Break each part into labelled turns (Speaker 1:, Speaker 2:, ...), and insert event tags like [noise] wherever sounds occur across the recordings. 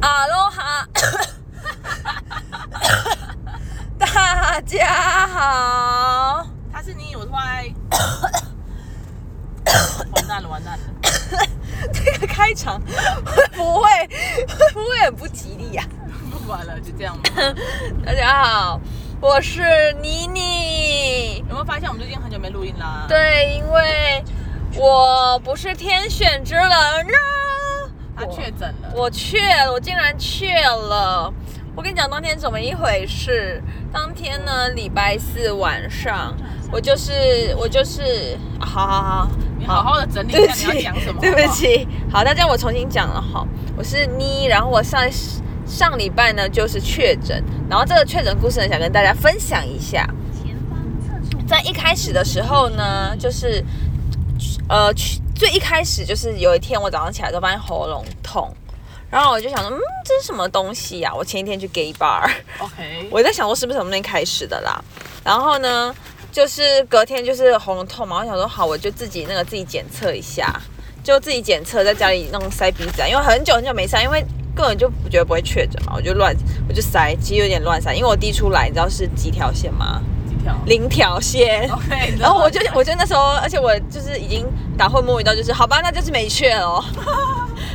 Speaker 1: 阿罗哈， [coughs] 大家好，
Speaker 2: 他是你，我是 Y。完蛋了，完蛋了！
Speaker 1: 这个开场 [laughs] 会不会会不会很不吉利呀、
Speaker 2: 不玩了，就这样吧。
Speaker 1: 大家好，我是妮妮
Speaker 2: [laughs] 有。没有发现我们最近很久没录音啦？，
Speaker 1: 对，因为我不是天选之人啊，
Speaker 2: 他确诊了。
Speaker 1: 我去，我竟然去了。我跟你讲，当天怎么一回事？当天呢，礼拜四晚上，我就是我就是，好好好，
Speaker 2: 你好好的整理
Speaker 1: 对
Speaker 2: 一
Speaker 1: 不
Speaker 2: 下你
Speaker 1: 起
Speaker 2: 要讲什么。，
Speaker 1: 对
Speaker 2: 好
Speaker 1: 不
Speaker 2: 好，
Speaker 1: 起，好，大家我重新讲了哈，我是妮，然后我上上礼拜呢就是确诊，然后这个确诊故事呢想跟大家分享一下。在一开始的时候呢，就是呃去最一开始就是有一天我早上起来都发现喉咙痛，然后我就想说，嗯，这是什么东西呀、我前一天去 gay bar，
Speaker 2: OK。
Speaker 1: 我在想说是不是从那边开始的啦。然后呢，就是隔天就是喉咙痛嘛，我想说好，我就自己那个自己检测一下，就自己检测，在家里弄塞鼻子啊，因为很久很久没塞，因为根本就不觉得不会确诊嘛，我就乱我就塞，其实有点乱塞，因为我滴出来你知道是几条线吗？
Speaker 2: 几条
Speaker 1: 零条线。 [laughs]
Speaker 2: ？OK。
Speaker 1: 哦然后我就我就那时候，而且我就是已经打混摸鱼到，就是好吧，那就是没确了。哦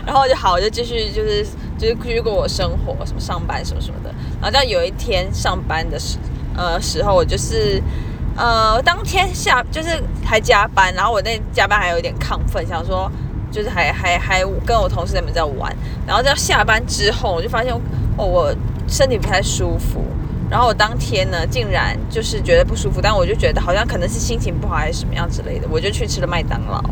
Speaker 1: 然后我就好，我就继续就是就是继续过我生活，什么上班什么什么的。然后到有一天上班的时呃时候，我就是呃当天下就是还加班，然后我那加班还有点亢奋，想说就是还还还跟我同事他们在玩。然后到下班之后，我就发现哦我身体不太舒服。然后我当天呢，竟然就是觉得不舒服，但我就觉得好像可能是心情不好还是什么样之类的，我就去吃了麦当劳。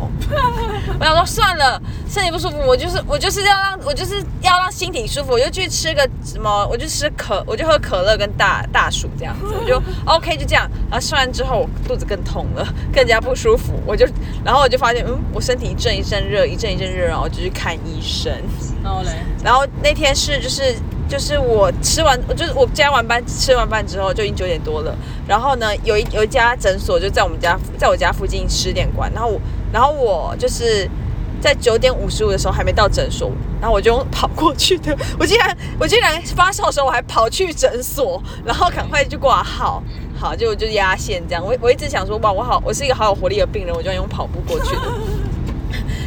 Speaker 1: [laughs] 我想说算了，身体不舒服，我就是我就是要让我就是要让心情舒服，我就去吃个什么，我就吃可我就喝可乐跟大大薯这样子，我就 OK 就这样。然后吃完之后，我肚子更痛了， [laughs] 更加不舒服，我就然后我就发现嗯，我身体一阵一阵热，一阵一阵热，然后我就去看医生。
Speaker 2: 然后嘞，
Speaker 1: 然后那天是就是就是我吃完，就是我加完班吃完饭之后就已经九点多了。然后呢，有一有一家诊所就在我们家，在我家附近十点关。然后我然后我就是在九点五十五的时候还没到诊所，然后我就用跑过去的。 [laughs] 我竟然我竟然发烧的时候我还跑去诊所，然后赶快去挂号。好，就就压线这样。我我一直想说，哇，我好，我是一个好有活力的病人，我就要用跑步过去的。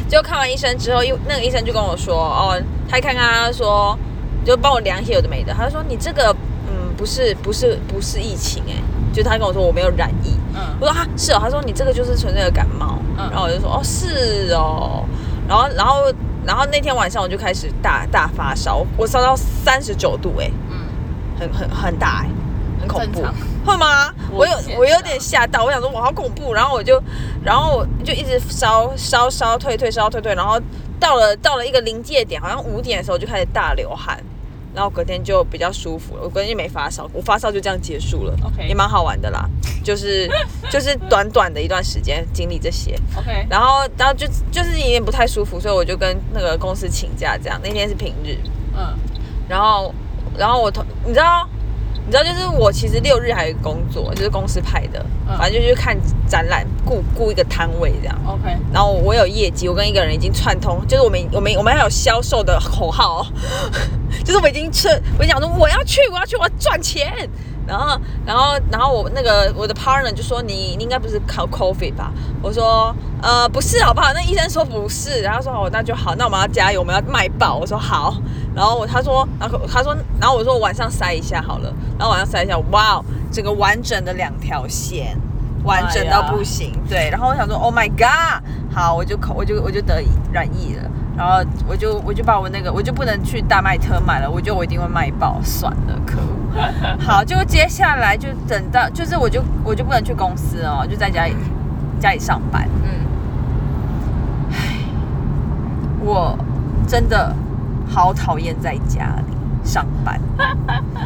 Speaker 1: 就看完医生之后，医那个医生就跟我说，哦，他一看看他说，就帮我量一些有的没的，他就说你这个嗯不是不是不是疫情哎、就他跟我说我没有染疫，
Speaker 2: 嗯
Speaker 1: 我说啊是哦，他说你这个就是纯粹的感冒，
Speaker 2: 嗯
Speaker 1: 然后我就说哦是哦，然后然后然后那天晚上我就开始大大发烧，我烧到三十九度哎、
Speaker 2: 嗯，
Speaker 1: 很很很大哎、很恐怖
Speaker 2: 正常，
Speaker 1: [laughs] 会吗？我
Speaker 2: 我啊
Speaker 1: 有
Speaker 2: 也觉得
Speaker 1: 我有点吓到，我想说我好恐怖，然后我就然后我就一直烧烧烧退退烧退退，然后到了到了一个临界点，好像五点的时候就开始大流汗。然后隔天就比较舒服了，我隔天就没发烧，我发烧就这样结束了
Speaker 2: OK
Speaker 1: 也蛮好玩的啦，就是就是短短的一段时间经历这些， [laughs]
Speaker 2: OK。
Speaker 1: 然后然后就就是有点不太舒服，所以我就跟那个公司请假，这样那天是平日，
Speaker 2: 嗯，
Speaker 1: 然后，然后我同你知道，你知道就是我其实六日还有一个工作，就是公司派的，
Speaker 2: 嗯
Speaker 1: 反正就去看展览，雇雇一个摊位这样。
Speaker 2: OK，
Speaker 1: 然后我有业绩，我跟一个人已经串通，就是我们我们我们还有销售的口号、哦， [laughs] 就是我已经吃，我讲说我要去，我要去，我要赚钱。然后，然后，然后我那个我的 partner 就说你你应该不是考 COVID 吧？我说呃不是好不好？那医生说不是，然后他说哦那就好，那我们要加油，我们要卖爆。我说好，然后我他说然后他说然后我说晚上塞一下好了，然后晚上塞一下，哇，哦，整个完整的两条线，完整到不行。对，然后我想说 Oh my God，好，我就口我就我就得染疫了。然后我就我就把我那个我就不能去大卖特买了，我觉得我一定会卖爆，算了，可恶。好，就接下来就等到，就是我就我就不能去公司哦，就在家里家里上班。
Speaker 2: 嗯，
Speaker 1: 我真的好讨厌在家里上班，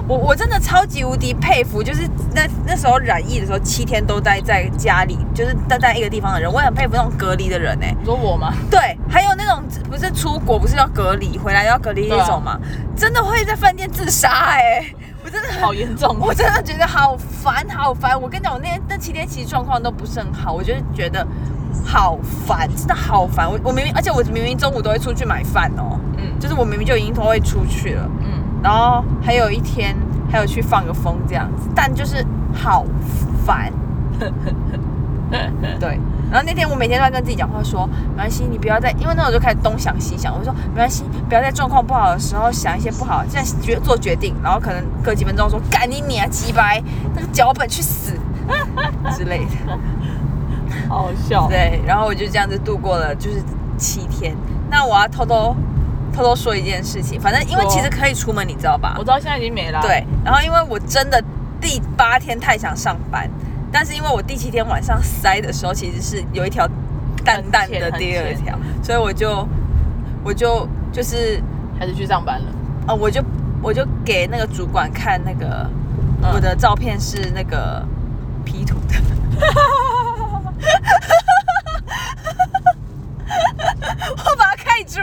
Speaker 1: 我我真的超级无敌佩服，就是那那时候染疫的时候，七天都待在家里，就是待在一个地方的人，我也很佩服那种隔离的人哎、
Speaker 2: 你说
Speaker 1: [laughs]
Speaker 2: 我吗？
Speaker 1: 对，还有那种不是出国不是要隔离，回来要隔离那种嘛，真的会在饭店自杀哎、我真的
Speaker 2: 好严重
Speaker 1: 我真的觉得好烦，好烦！我跟你讲，我那天那七天其实状况都不是很好，我就是觉得好烦，真的好烦。我我明明，而且我明明中午都会出去买饭哦，
Speaker 2: 嗯
Speaker 1: 就是我明明就已经都会出去了，
Speaker 2: 嗯，
Speaker 1: 然后还有一天还有去放个风这样子，但就是好烦。对，然后那天我每天都在跟自己讲话说，没关系，你不要再，因为那时候就开始东想西想，我就说没关系，不要在状况不好的时候想一些不好，这样决做决定，然后可能隔几分钟说赶你你啊鸡掰，那个脚本去死之类的。
Speaker 2: 好笑。
Speaker 1: 对，然后我就这样子度过了，就是七天。那我要偷偷偷偷说一件事情，反正因为
Speaker 2: 说
Speaker 1: 其实可以出门，你知道吧
Speaker 2: 我？知道现在已经没了。，
Speaker 1: 对，然后因为我真的第八天太想上班，但是因为我第七天晚上塞的时候，其实是有一条淡淡的第二
Speaker 2: 很浅
Speaker 1: 条，所以我就我就就是
Speaker 2: 还是去上班了。
Speaker 1: 呃，我就我就给那个主管看那个、
Speaker 2: 嗯
Speaker 1: 我的照片是那个 P 图的。 [laughs] 我把它盖住，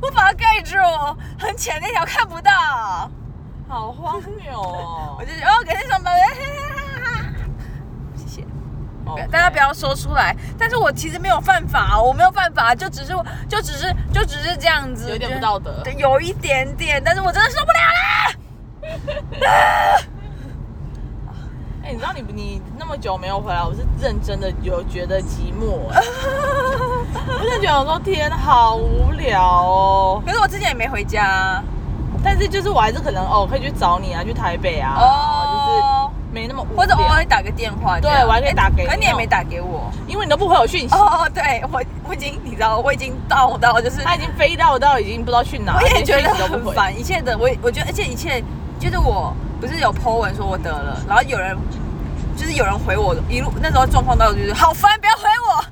Speaker 1: 我把它盖住，很浅那条看不到。
Speaker 2: 好荒谬 [laughs] 哦
Speaker 1: 我就觉得哦，感谢上班， [laughs] 谢谢。大家不要说出来，但是我其实没有犯法，我没有犯法，就只是就只是就只是这样子，
Speaker 2: 有点
Speaker 1: 我觉得
Speaker 2: 不道德
Speaker 1: 对，有一点点，但是我真的受不了啦。
Speaker 2: 哎、你知道你你那么久没有回来，我是认真的有觉得
Speaker 1: [laughs]
Speaker 2: 寂寞、我就觉得我说天好无聊哦。
Speaker 1: 可是我之前也没回家啊
Speaker 2: 但是就是我还是可能哦，可以去找你啊，去台北啊，
Speaker 1: 哦，
Speaker 2: 就是没那么无聊。
Speaker 1: 或者偶尔会打个电话这样，
Speaker 2: 对我还可以打给
Speaker 1: 哎可
Speaker 2: 你
Speaker 1: 你也
Speaker 2: 哦
Speaker 1: 没打给我。
Speaker 2: 因为你都不回我讯息，
Speaker 1: 哦，对我我已经你知道，我已经到到就是，
Speaker 2: 他已经飞到到已经不知道去哪，
Speaker 1: 我也
Speaker 2: 连讯
Speaker 1: 觉
Speaker 2: 息
Speaker 1: 得
Speaker 2: 都
Speaker 1: 很
Speaker 2: 不回。
Speaker 1: 烦，一切的我也我觉得，而且一切就是我不是有 po 文说我得了，然后有人就是有人回我，一路那时候状况到就是好烦，不要回我，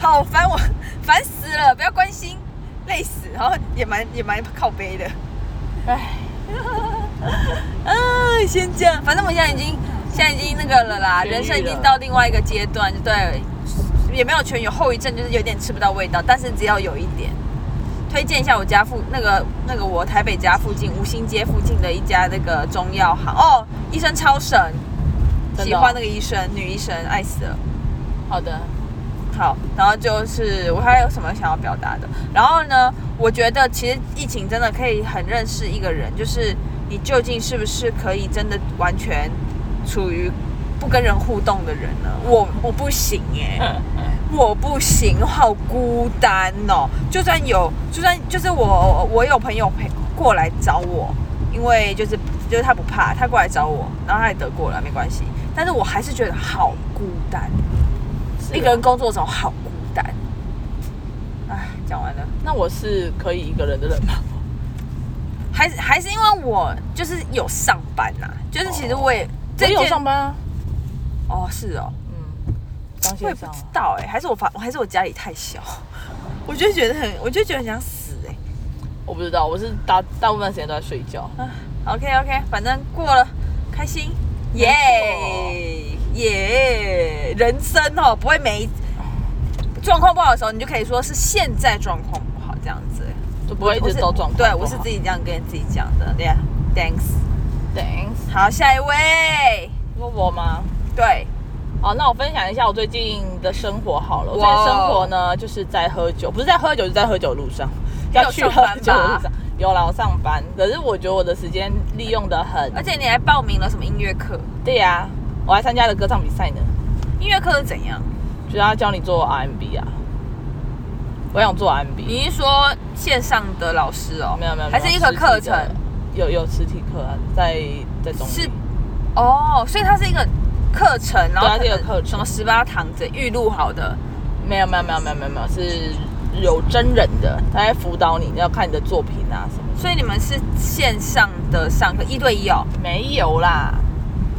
Speaker 1: 好烦我烦死了，不要关心，累死，然后也蛮也蛮靠背的，
Speaker 2: 哎，
Speaker 1: 啊，先这样，反正我现在已经现在已经那个了啦，
Speaker 2: 痊愈了
Speaker 1: 人生已经到另外一个阶段，对，也没有全有后遗症，就是有点吃不到味道，但是只要有一点。推荐一下我家附那个那个我台北家附近五星街附近的一家那个中药行哦，医生超神，
Speaker 2: 真
Speaker 1: 喜
Speaker 2: 的哦
Speaker 1: 欢那个医生，女医生爱死了。
Speaker 2: 好的，
Speaker 1: 好，然后就是我还有什么想要表达的？然后呢，我觉得其实疫情真的可以很认识一个人，就是你究竟是不是可以真的完全处于不跟人互动的人呢？我我不行耶、我不行，我好孤单哦。就算有，就算就是我我有朋友陪过来找我，因为就是就是他不怕，他过来找我，然后他也得过了，没关系。但是我还是觉得好孤单。
Speaker 2: 是
Speaker 1: 一个人工作的时候好孤单。唉，讲完了，
Speaker 2: 那我是可以一个人的人吗？
Speaker 1: 还是还是因为我就是有上班呐、就是其实哦我也、
Speaker 2: 我
Speaker 1: 最
Speaker 2: 有上
Speaker 1: 班
Speaker 2: 班啊，
Speaker 1: 哦，是哦，
Speaker 2: 嗯，当
Speaker 1: 我也
Speaker 2: 线
Speaker 1: 不
Speaker 2: 上
Speaker 1: 知
Speaker 2: 啊，
Speaker 1: 道哎、还是我发，还是我家里太小， [laughs] 我就觉得很，我就觉得很想死哎、
Speaker 2: 我不知道，我是大大部分时间都在睡觉。
Speaker 1: 啊，OK OK，反正过了，开心，耶耶，人生哦，不会每一状况不好的时候，你就可以说是现在状况不好这样子、
Speaker 2: 就不会一直都状况不
Speaker 1: 对
Speaker 2: 好。
Speaker 1: 我是自己这样跟自己讲的，Yeah，Thanks。
Speaker 2: Thanks。
Speaker 1: 好，下一位，
Speaker 2: 是我吗？
Speaker 1: 对，
Speaker 2: 好，那我分享一下我最近的生活好了。我最
Speaker 1: 哇哦
Speaker 2: 近生活呢，就是在喝酒，不是在喝酒，就是在喝酒路上，要去喝酒的
Speaker 1: 你有上
Speaker 2: 路
Speaker 1: 班
Speaker 2: 上。有啦，我上班，可是我觉得我的时间利用的很。
Speaker 1: 而且你还报名了什么音乐课？
Speaker 2: 对呀、我还参加了歌唱比赛呢，
Speaker 1: 音乐课是怎样？
Speaker 2: 就是要教你做 RMB 啊。我想做 RMB，
Speaker 1: 你是说线上的老师哦？
Speaker 2: 没有没有，
Speaker 1: 还是一个课程？
Speaker 2: 没有，有有实体课啊，在在中
Speaker 1: 是
Speaker 2: 立
Speaker 1: 哦，所以它是一个课程，然后
Speaker 2: 对它是一个
Speaker 1: 可能
Speaker 2: 课程
Speaker 1: 什么十八堂子预录好的，
Speaker 2: 没有没有没有没有没有没有是有真人的，他在辅导你，要看你的作品啊什么
Speaker 1: 所以你们是线上的上课一对一哦，
Speaker 2: 的。没有啦，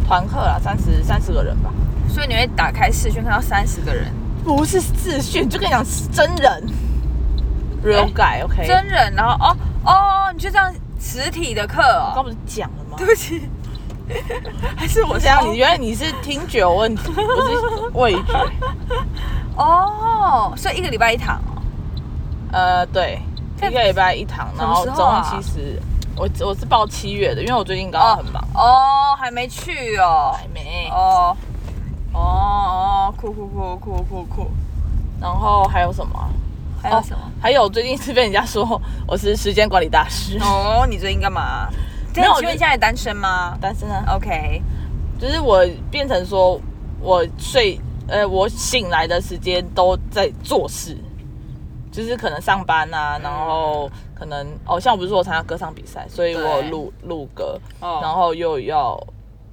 Speaker 2: 团课啦，三十三十个人吧。
Speaker 1: 所以你会打开视讯看到三十个人，
Speaker 2: 不是自训，就跟你讲是真人，real guy，OK、
Speaker 1: 哎真人，然后哦哦，你就这样实体的课
Speaker 2: 我刚
Speaker 1: 哦，
Speaker 2: 不是讲了吗
Speaker 1: 对？不起，还是我
Speaker 2: 我想你原来你是听觉有问题，不是 [laughs] 味觉。
Speaker 1: 哦，所以一个礼拜一堂哦。
Speaker 2: 呃，对，
Speaker 1: 看
Speaker 2: 一个礼拜一堂，
Speaker 1: 什
Speaker 2: 然
Speaker 1: 么
Speaker 2: 后
Speaker 1: 时
Speaker 2: 总
Speaker 1: 候啊
Speaker 2: 共七十。我我是报七月的，因为我最近刚好很忙。
Speaker 1: 哦，还没去哦。
Speaker 2: 还没。
Speaker 1: 哦，哦哦，酷酷酷酷酷酷。
Speaker 2: 然后还有什么啊？
Speaker 1: 还有什么
Speaker 2: 哦？还有最近是被人家说我是时间管理大师，
Speaker 1: 哦，你最近干嘛？
Speaker 2: 没有
Speaker 1: 请问
Speaker 2: 就
Speaker 1: 一下，你单身吗
Speaker 2: 但是
Speaker 1: 哦
Speaker 2: 呢，
Speaker 1: ？OK，
Speaker 2: 就是我变成说我睡，呃，我醒来的时间都在做事，就是可能上班啊，
Speaker 1: 嗯
Speaker 2: 然后可能哦，像我不是说我参加歌唱比赛，所以
Speaker 1: 对
Speaker 2: 我有录录歌，
Speaker 1: 哦
Speaker 2: 然后又要。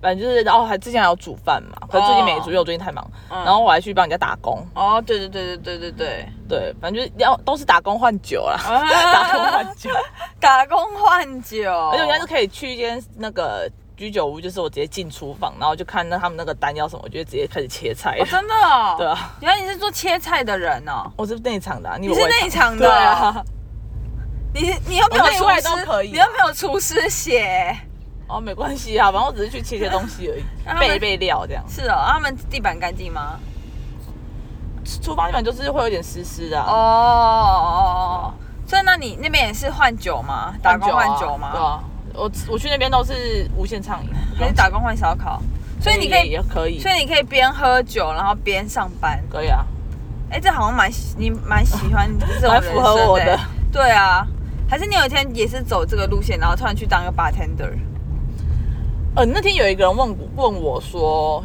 Speaker 2: 反正就是，然后还之前还有煮饭嘛，可是最近没煮，
Speaker 1: 哦
Speaker 2: 因为我最近太忙。
Speaker 1: 嗯
Speaker 2: 然后我还去帮人家打工，
Speaker 1: 哦，对对对对对对对，
Speaker 2: 对，反正就是要都是打工换酒啦，
Speaker 1: 啊哦
Speaker 2: [laughs] 打工换
Speaker 1: [laughs]
Speaker 2: 酒。
Speaker 1: 打工换酒，
Speaker 2: 而且我应该是可以去一间那个居酒屋，就是我直接进厨房，然后就看到他们那个单要什么，我就直接开始切菜。
Speaker 1: 哦真的、哦，
Speaker 2: 对啊，
Speaker 1: 原来你是做切菜的人哦，
Speaker 2: 我是内场的、啊，你
Speaker 1: 你是内
Speaker 2: 场
Speaker 1: 场的
Speaker 2: 对啊，
Speaker 1: 你哦你又没有
Speaker 2: 我内
Speaker 1: 厨
Speaker 2: 外
Speaker 1: 师，
Speaker 2: 都可以啊
Speaker 1: 你又没有厨师血，
Speaker 2: 哦没关系啊，反正我只是去切切
Speaker 1: [laughs]
Speaker 2: 东西而已
Speaker 1: 啊那他，们
Speaker 2: 备一备料这样。
Speaker 1: 是哦，他们地板干净吗？
Speaker 2: 厨房地板就是会有点湿湿的、
Speaker 1: 哦
Speaker 2: 啊，
Speaker 1: 哦哦，所以那你那边也是换酒吗？打工换酒
Speaker 2: 对
Speaker 1: 吗？
Speaker 2: 啊，我我去那边都是无限畅饮，
Speaker 1: 还是打工换烧烤？所以你可
Speaker 2: 哎也
Speaker 1: 以
Speaker 2: 也，可以
Speaker 1: 所，以你可以边喝酒然后边上班。
Speaker 2: 可以啊。
Speaker 1: 哎、这好像蛮喜你蛮喜欢这种
Speaker 2: [laughs] 蛮
Speaker 1: 人
Speaker 2: 符
Speaker 1: 生
Speaker 2: 合我
Speaker 1: 欸
Speaker 2: 的
Speaker 1: 对啊，还是你有一天也是走这个路线，然后突然去当一个 bartender？
Speaker 2: 呃，那天有一个人问问我说，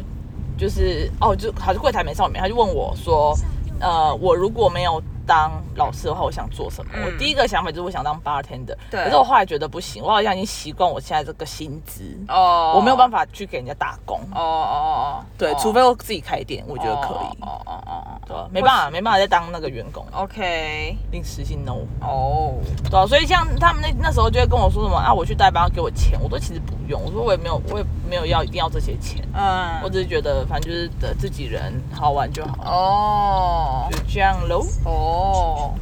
Speaker 2: 就是哦，就好像柜台美少女，他就问我说，呃，我如果没有当老师的话，我想做什么？
Speaker 1: 嗯
Speaker 2: 我第一个想法就是我想当 bartender，
Speaker 1: 对
Speaker 2: 可是我后来觉得不行，我好像已经习惯我现在这个薪资，
Speaker 1: 哦
Speaker 2: 我没有办
Speaker 1: 法。
Speaker 2: 法去给人家打工。
Speaker 1: 哦哦哦，
Speaker 2: 对，
Speaker 1: 哦
Speaker 2: 除非我自己开店，我觉得可以。
Speaker 1: 哦哦哦哦
Speaker 2: 对啊，没办法，没办法再当那个员工，
Speaker 1: ，OK，
Speaker 2: 临时性 no。
Speaker 1: 哦，
Speaker 2: 对啊，所以像他们那那时候就会跟我说什么啊，我去代班要给我钱，我都其实不用，我说我也没有，我也没有要一定要这些钱。我
Speaker 1: 嗯，
Speaker 2: 只是觉得，反正就是的自己人好玩就好，
Speaker 1: 哦
Speaker 2: 就这样喽。
Speaker 1: 哦，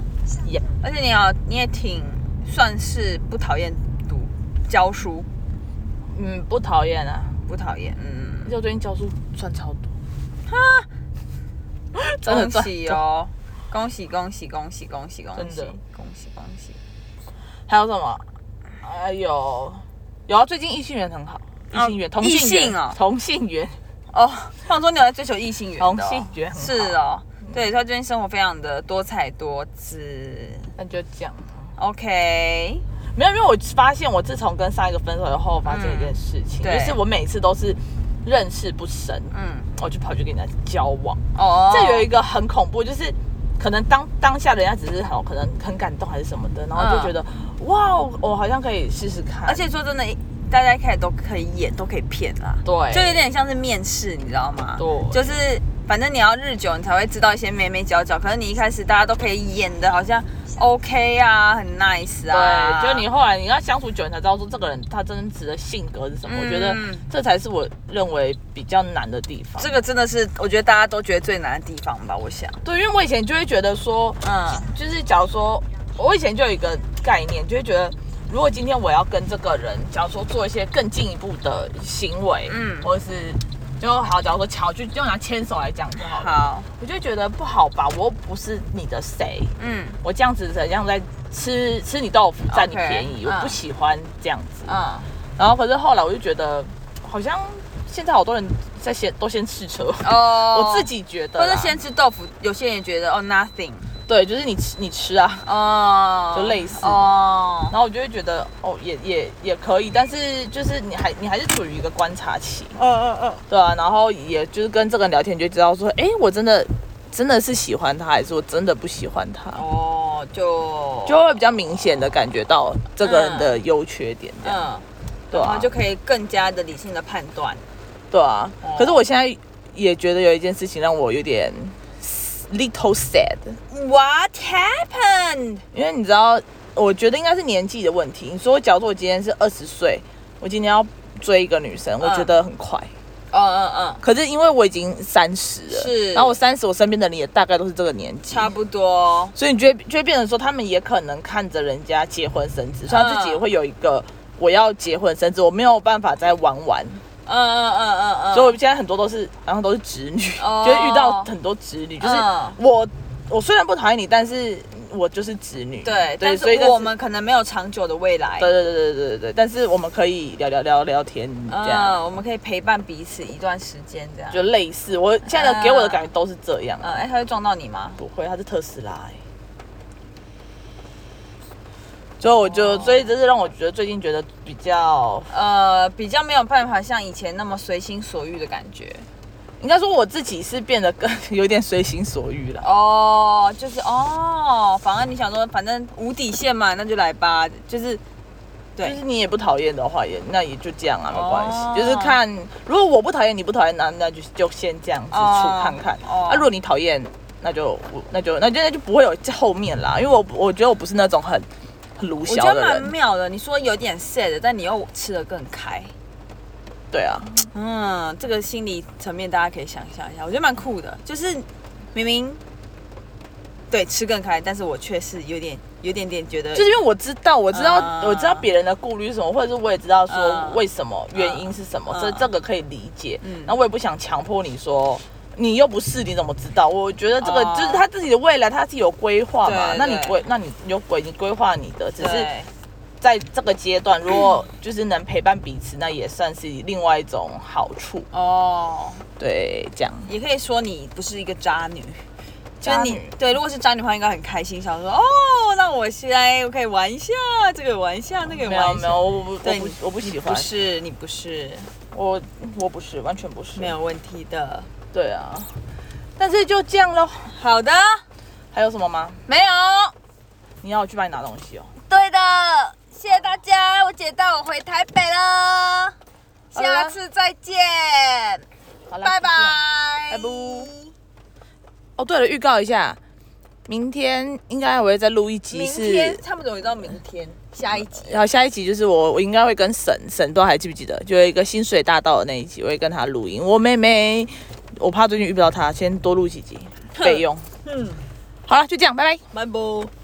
Speaker 2: 耶、
Speaker 1: 而且你好，你也挺算是不讨厌读教书，
Speaker 2: 嗯，不讨厌啊。
Speaker 1: 不讨厌，嗯
Speaker 2: 而，且我最近教书赚超多，哈，真的
Speaker 1: 恭
Speaker 2: 赚
Speaker 1: 喜哦，恭喜恭喜恭喜恭喜恭喜
Speaker 2: 真的
Speaker 1: 恭喜恭喜，
Speaker 2: 还有什么？还有有啊，最近异性缘很好，异
Speaker 1: 哦
Speaker 2: 性缘、同
Speaker 1: 异
Speaker 2: 性缘
Speaker 1: 性哦
Speaker 2: 同性缘，
Speaker 1: 哦，想说你有在追求异性缘的哦，
Speaker 2: 同性缘很好
Speaker 1: 是哦，对，他最近生活非常的多彩多姿
Speaker 2: 那就这样。
Speaker 1: ，OK，
Speaker 2: 没有，因为我发现我自从跟上一个分手以后，我发现一件事情，
Speaker 1: 对
Speaker 2: 就是我每次都是认识不深，
Speaker 1: 嗯，
Speaker 2: 我就跑去跟人家交往。
Speaker 1: 哦，
Speaker 2: 这有一个很恐怖，就是可能当当下人家只是好，可能很感动还是什么的，然后就觉得、哇，我好像可以试试看，
Speaker 1: 而且说真的，大家一开始都可以演，都可以骗啦，
Speaker 2: 对，
Speaker 1: 就有点像是面试，你知道吗？
Speaker 2: 对
Speaker 1: 就是反正你要日久，你才会知道一些眉眉角角。可是你一开始大家都可以演的，好像 OK 啊，很 nice 啊，
Speaker 2: 对，就你后来你跟他相处久，你才知道说这个人他真实的性格是什么。
Speaker 1: 嗯
Speaker 2: 我觉得这才是我认为比较难的地方。
Speaker 1: 这个真的是我觉得大家都觉得最难的地方吧，我想，
Speaker 2: 对，因为我以前就会觉得说，
Speaker 1: 嗯
Speaker 2: 就是假如说，我以前就有一个概念，就会觉得，如果今天我要跟这个人，假如说做一些更进一步的行为，
Speaker 1: 嗯
Speaker 2: 嗯，或者是就好，假如说巧，就就拿牵手来讲就好了，
Speaker 1: 好，
Speaker 2: 我就觉得不好吧，我又不是你的谁，
Speaker 1: 嗯
Speaker 2: 我这样子怎样在吃吃你豆腐占你
Speaker 1: OK，
Speaker 2: 便宜
Speaker 1: 嗯
Speaker 2: 我不喜欢这样子。
Speaker 1: 嗯，
Speaker 2: 然后可是后来我就觉得，好像现在好多人在先都先试车。
Speaker 1: 哦
Speaker 2: 我自。己觉得
Speaker 1: 或
Speaker 2: 啦，
Speaker 1: 者先吃豆腐，有些人也觉得哦 nothing
Speaker 2: 对，就是你吃你吃啊，
Speaker 1: 哦，
Speaker 2: 就类似
Speaker 1: 哦，
Speaker 2: 然后我就会觉得哦，也也也可以，但是就是你还你还是处于一个观察期，
Speaker 1: 嗯嗯嗯，
Speaker 2: 对啊，然后也就是跟这个人聊天，你就知道说，哎，我真的真的是喜欢他，还是我真的不喜欢他，
Speaker 1: 哦，就
Speaker 2: 就会比较明显的感觉到这个人的优缺点，这样
Speaker 1: 嗯，
Speaker 2: 对
Speaker 1: 然
Speaker 2: 啊
Speaker 1: 后，就可以更加的理性的判断。
Speaker 2: 对啊
Speaker 1: 哦。
Speaker 2: 可是我现在也觉得有一件事情让我有点 little sad，
Speaker 1: What happened？
Speaker 2: 因为你知道，我觉得应该是年纪的问题。你说，假如说我今天是二十岁，我今天要追一个女生，我觉得很快。
Speaker 1: 嗯嗯嗯，
Speaker 2: 可是因为我已经三十了，
Speaker 1: 是
Speaker 2: 然后我三十，我身边的人也大概都是这个年纪，
Speaker 1: 差不多。
Speaker 2: 所以你就会就会变成说，他们也可能看着人家结婚生
Speaker 1: 嗯
Speaker 2: 子，所以他自己也会有一个我要结婚生子，我没有办法再玩玩，
Speaker 1: 嗯嗯嗯嗯嗯，
Speaker 2: 所以我现在很多都是，然后都是直女，
Speaker 1: 哦
Speaker 2: [laughs] 就会遇到很多直女，就是
Speaker 1: 嗯
Speaker 2: 我我虽然不讨厌你，但是我就是直女，
Speaker 1: 对，但
Speaker 2: 对，所以
Speaker 1: 是
Speaker 2: 但
Speaker 1: 我们可能没有长久的未来。
Speaker 2: 对对对对对对对，但是我们可以聊聊聊聊天这样。
Speaker 1: 嗯，我们可以陪伴彼此一段时间，这样。
Speaker 2: 就类似，我现在的给我的感觉都是这样。
Speaker 1: 嗯嗯，哎，他会撞到你吗？
Speaker 2: 不会，它是特斯拉、欸。所以我就，所以这是让我觉得最近觉得比较，
Speaker 1: 呃，比较没有办法像以前那么随心所欲的感觉。
Speaker 2: 应该说我自己是变得更 [laughs] 有点随心所欲了。
Speaker 1: 哦，就是哦，反而你想说，反正无底线嘛，那就来吧，就是
Speaker 2: 就
Speaker 1: 对
Speaker 2: 是你也不讨厌的话，也那也就这样啊，没关系。
Speaker 1: 哦
Speaker 2: 就是看，如果我不讨厌，你不讨厌，那那就就先这样子处
Speaker 1: 哦
Speaker 2: 看看。
Speaker 1: 哦
Speaker 2: 啊，如果你讨厌，那就我那就那就那就不会有后面啦，因为我我觉得我不是那种很很鲁
Speaker 1: 我
Speaker 2: 小
Speaker 1: 觉得
Speaker 2: 的
Speaker 1: 蛮
Speaker 2: 人，
Speaker 1: 妙的。你说有点 sad，但你又吃得更开。
Speaker 2: 对啊，
Speaker 1: 嗯，这个心理层面大家可以想象一下，我觉得蛮酷的。就是明明对吃更开，但是我却是有点有点点觉得，
Speaker 2: [laughs] 就是因为我知道，我知道，
Speaker 1: 嗯
Speaker 2: 我知道别人的顾虑是什么，或者是我也知道说
Speaker 1: 嗯
Speaker 2: 为什么、原因是什么，
Speaker 1: 嗯
Speaker 2: 这这个可以理解。
Speaker 1: 嗯
Speaker 2: 然后我也不想强迫你说。你又不是，你怎么知道？我觉得这个
Speaker 1: 哦
Speaker 2: 就是他自己的未来，他自己有规划嘛。
Speaker 1: 对
Speaker 2: 那你
Speaker 1: 对
Speaker 2: 规，那你有规，你规划你的，只是
Speaker 1: 对
Speaker 2: 在这个阶段，如果就是能陪伴彼此，那也算是另外一种好处。
Speaker 1: 哦，
Speaker 2: 对，这样。
Speaker 1: 也可以说你不是一个渣女。就是
Speaker 2: 渣
Speaker 1: 你
Speaker 2: 女
Speaker 1: 对，如果是渣女的话，应该很开心，想说哦，那我现在我可以玩一下这个，玩一下那个，
Speaker 2: 没
Speaker 1: 玩
Speaker 2: 有
Speaker 1: 一下
Speaker 2: 没有，我不我
Speaker 1: 对
Speaker 2: 不
Speaker 1: 你
Speaker 2: 我不喜欢
Speaker 1: 不，是你不是
Speaker 2: 我我不是，完全不是。
Speaker 1: 没。有问题的。
Speaker 2: 对啊，但是就这样咯。
Speaker 1: 好的，
Speaker 2: 还有什么吗？
Speaker 1: 没有，
Speaker 2: 你要我去帮你拿东西哦。
Speaker 1: 对的，谢谢大家，我姐带我回台北了，
Speaker 2: 好了
Speaker 1: 下次再见，
Speaker 2: 好啦
Speaker 1: 拜拜，
Speaker 2: 拜拜哦，对了，预告一下，明天应该我会再录一集
Speaker 1: 明
Speaker 2: 是，
Speaker 1: 天他们怎么知道明天下一集？
Speaker 2: 然后下一集就是我，我应该会跟沈沈不知道还记不记得，就有一个薪水大盗的那一集，我会跟他录音。我妹妹，我怕最近遇不到她，先多录几集备用。嗯，好了，就这样，拜拜。
Speaker 1: 嗯拜拜。